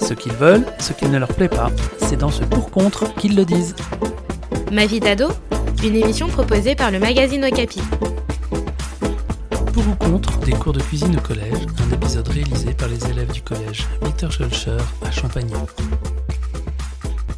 Ce qu'ils veulent, ce qui ne leur plaît pas, c'est dans ce pour-contre qu'ils le disent. Ma vie d'ado, une émission proposée par le magazine Okapi. Pour ou contre des cours de cuisine au collège, un épisode réalisé par les élèves du collège Victor Schulcher à Champagnan.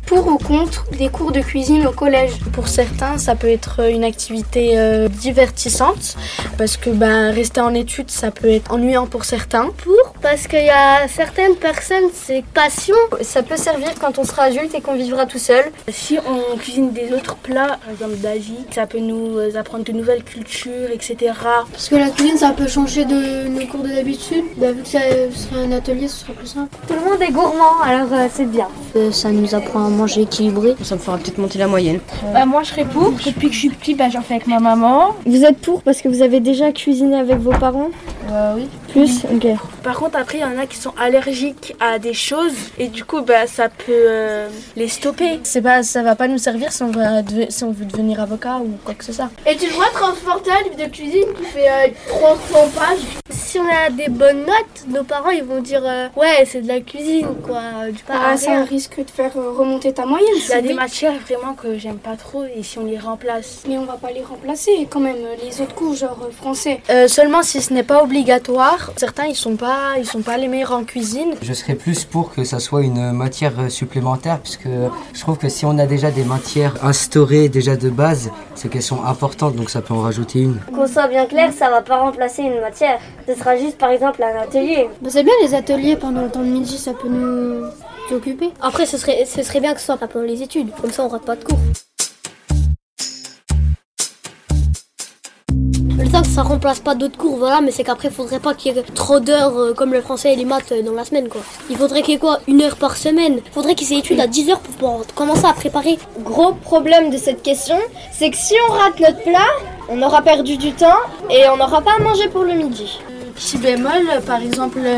pour ou contre des cours de cuisine au collège Pour certains, ça peut être une activité euh, divertissante parce que bah, rester en études, ça peut être ennuyant pour certains. Pour parce qu'il y a certaines personnes, c'est passion. Ça peut servir quand on sera adulte et qu'on vivra tout seul. Si on cuisine des autres plats, par exemple d'Asie, ça peut nous euh, apprendre de nouvelles cultures, etc. Parce que la cuisine, ça peut changer de nos cours de d'habitude. Bah, vu que ça serait un atelier, ce serait plus simple. Tout le monde est gourmand, alors euh, c'est bien. ça nous apprend à manger équilibré. Ça me fera peut-être monter la moyenne. Bah, moi, je serais pour. Depuis que je suis petit, bah, j'en fais avec ma maman. Vous êtes pour parce que vous avez déjà cuisiné avec vos parents Bah, oui. Plus Ok. Euh, Par contre, après, il y en a qui sont allergiques à des choses et du coup, bah, ça peut euh, les stopper. C'est pas, ça va pas nous servir si on veut, deve- si on veut devenir avocat ou quoi que ce soit. Et tu le vois transporter un livre de cuisine qui fait euh, 300 pages Si on a des bonnes notes, nos parents ils vont dire euh, ouais c'est de la cuisine quoi, euh, du Ah, ça rien. risque de faire euh, remonter ta moyenne. Il y a des Oui. matières vraiment que j'aime pas trop et si on les remplace. Mais on va pas les remplacer quand même, les autres cours, genre euh, français. Euh, seulement si ce n'est pas obligatoire. Certains ils sont pas ils sont pas les meilleurs en cuisine. Je serais plus pour que ça soit une matière supplémentaire, puisque je trouve que si on a déjà des matières instaurées déjà de base, c'est qu'elles sont importantes, donc ça peut en rajouter une. Qu'on soit bien clair, ça va pas remplacer une matière. Ce sera juste par exemple un atelier. Bah, c'est bien les ateliers pendant le temps de midi, ça peut nous nous occuper. Après ce serait, ce serait bien que ce soit pas pendant les études, comme ça on rate pas de cours. Le temps que ça remplace pas d'autres cours, voilà, mais c'est qu'après, faudrait pas qu'il y ait trop d'heures euh, comme le français et les maths euh, dans la semaine, quoi. Il faudrait qu'il y ait quoi Une heure par semaine Faudrait qu'ils aient études à 10 heures pour pouvoir commencer à préparer. Gros problème de cette question, c'est que si on rate notre plat, on aura perdu du temps et on n'aura pas à manger pour le midi. Petit bémol, euh, par exemple, euh,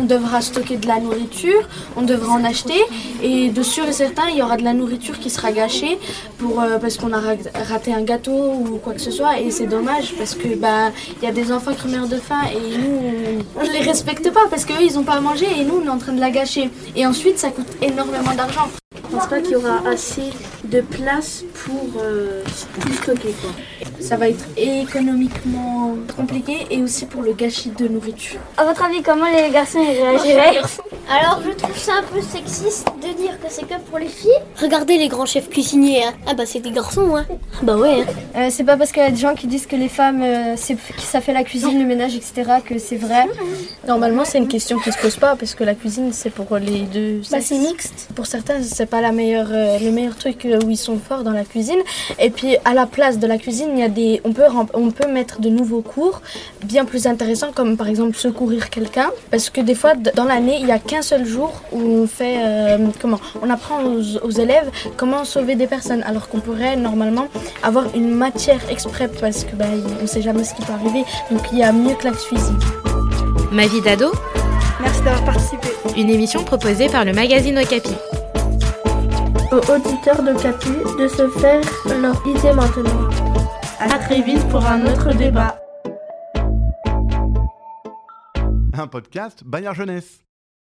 on devra stocker de la nourriture, on devra en acheter, et de sûr et certain, il y aura de la nourriture qui sera gâchée pour, euh, parce qu'on a ra- raté un gâteau ou quoi que ce soit, et c'est dommage parce que bah il y a des enfants qui meurent de faim et nous on- on ne les respecte pas parce qu'eux ils ont pas à manger et nous on est en train de la gâcher. Et ensuite ça coûte énormément d'argent. Je pense pas qu'il y aura assez de place pour euh, tout stocker quoi. Ça va être économiquement compliqué et aussi pour le gâchis de nourriture. À votre avis, comment les garçons y réagiraient Alors, je trouve ça un peu sexiste de dire que c'est que pour les filles. Regardez les grands chefs cuisiniers, hein. Ah bah, c'est des garçons, hein. Ah Bah ouais, hein. Euh, c'est pas parce qu'il y a des gens qui disent que les femmes, euh, c'est- que ça fait la cuisine, le ménage, etc., que c'est vrai. Normalement, c'est une question qui se pose pas parce que la cuisine c'est pour les deux. Bah, sexes. c'est mixte. pour certains, c'est pas la meilleure, euh, le meilleur truc euh, où ils sont forts dans la cuisine. Et puis à la place de la cuisine, il y a des, on peut, rem- on peut mettre de nouveaux cours bien plus intéressants, comme par exemple secourir quelqu'un, parce que des fois d- dans l'année, il y a qu'un seul jour où on fait euh, comment, on apprend aux, aux élèves comment sauver des personnes, alors qu'on pourrait normalement avoir une matière exprès parce que bah, il- on sait jamais ce qui peut arriver. Donc il y a mieux que la cuisine. Ma vie d'ado, Merci d'avoir participé. une émission proposée par le magazine Okapi. Aux auditeurs de Capi de se faire leur idée maintenant. À très vite pour un autre débat. Un podcast Bayard Jeunesse.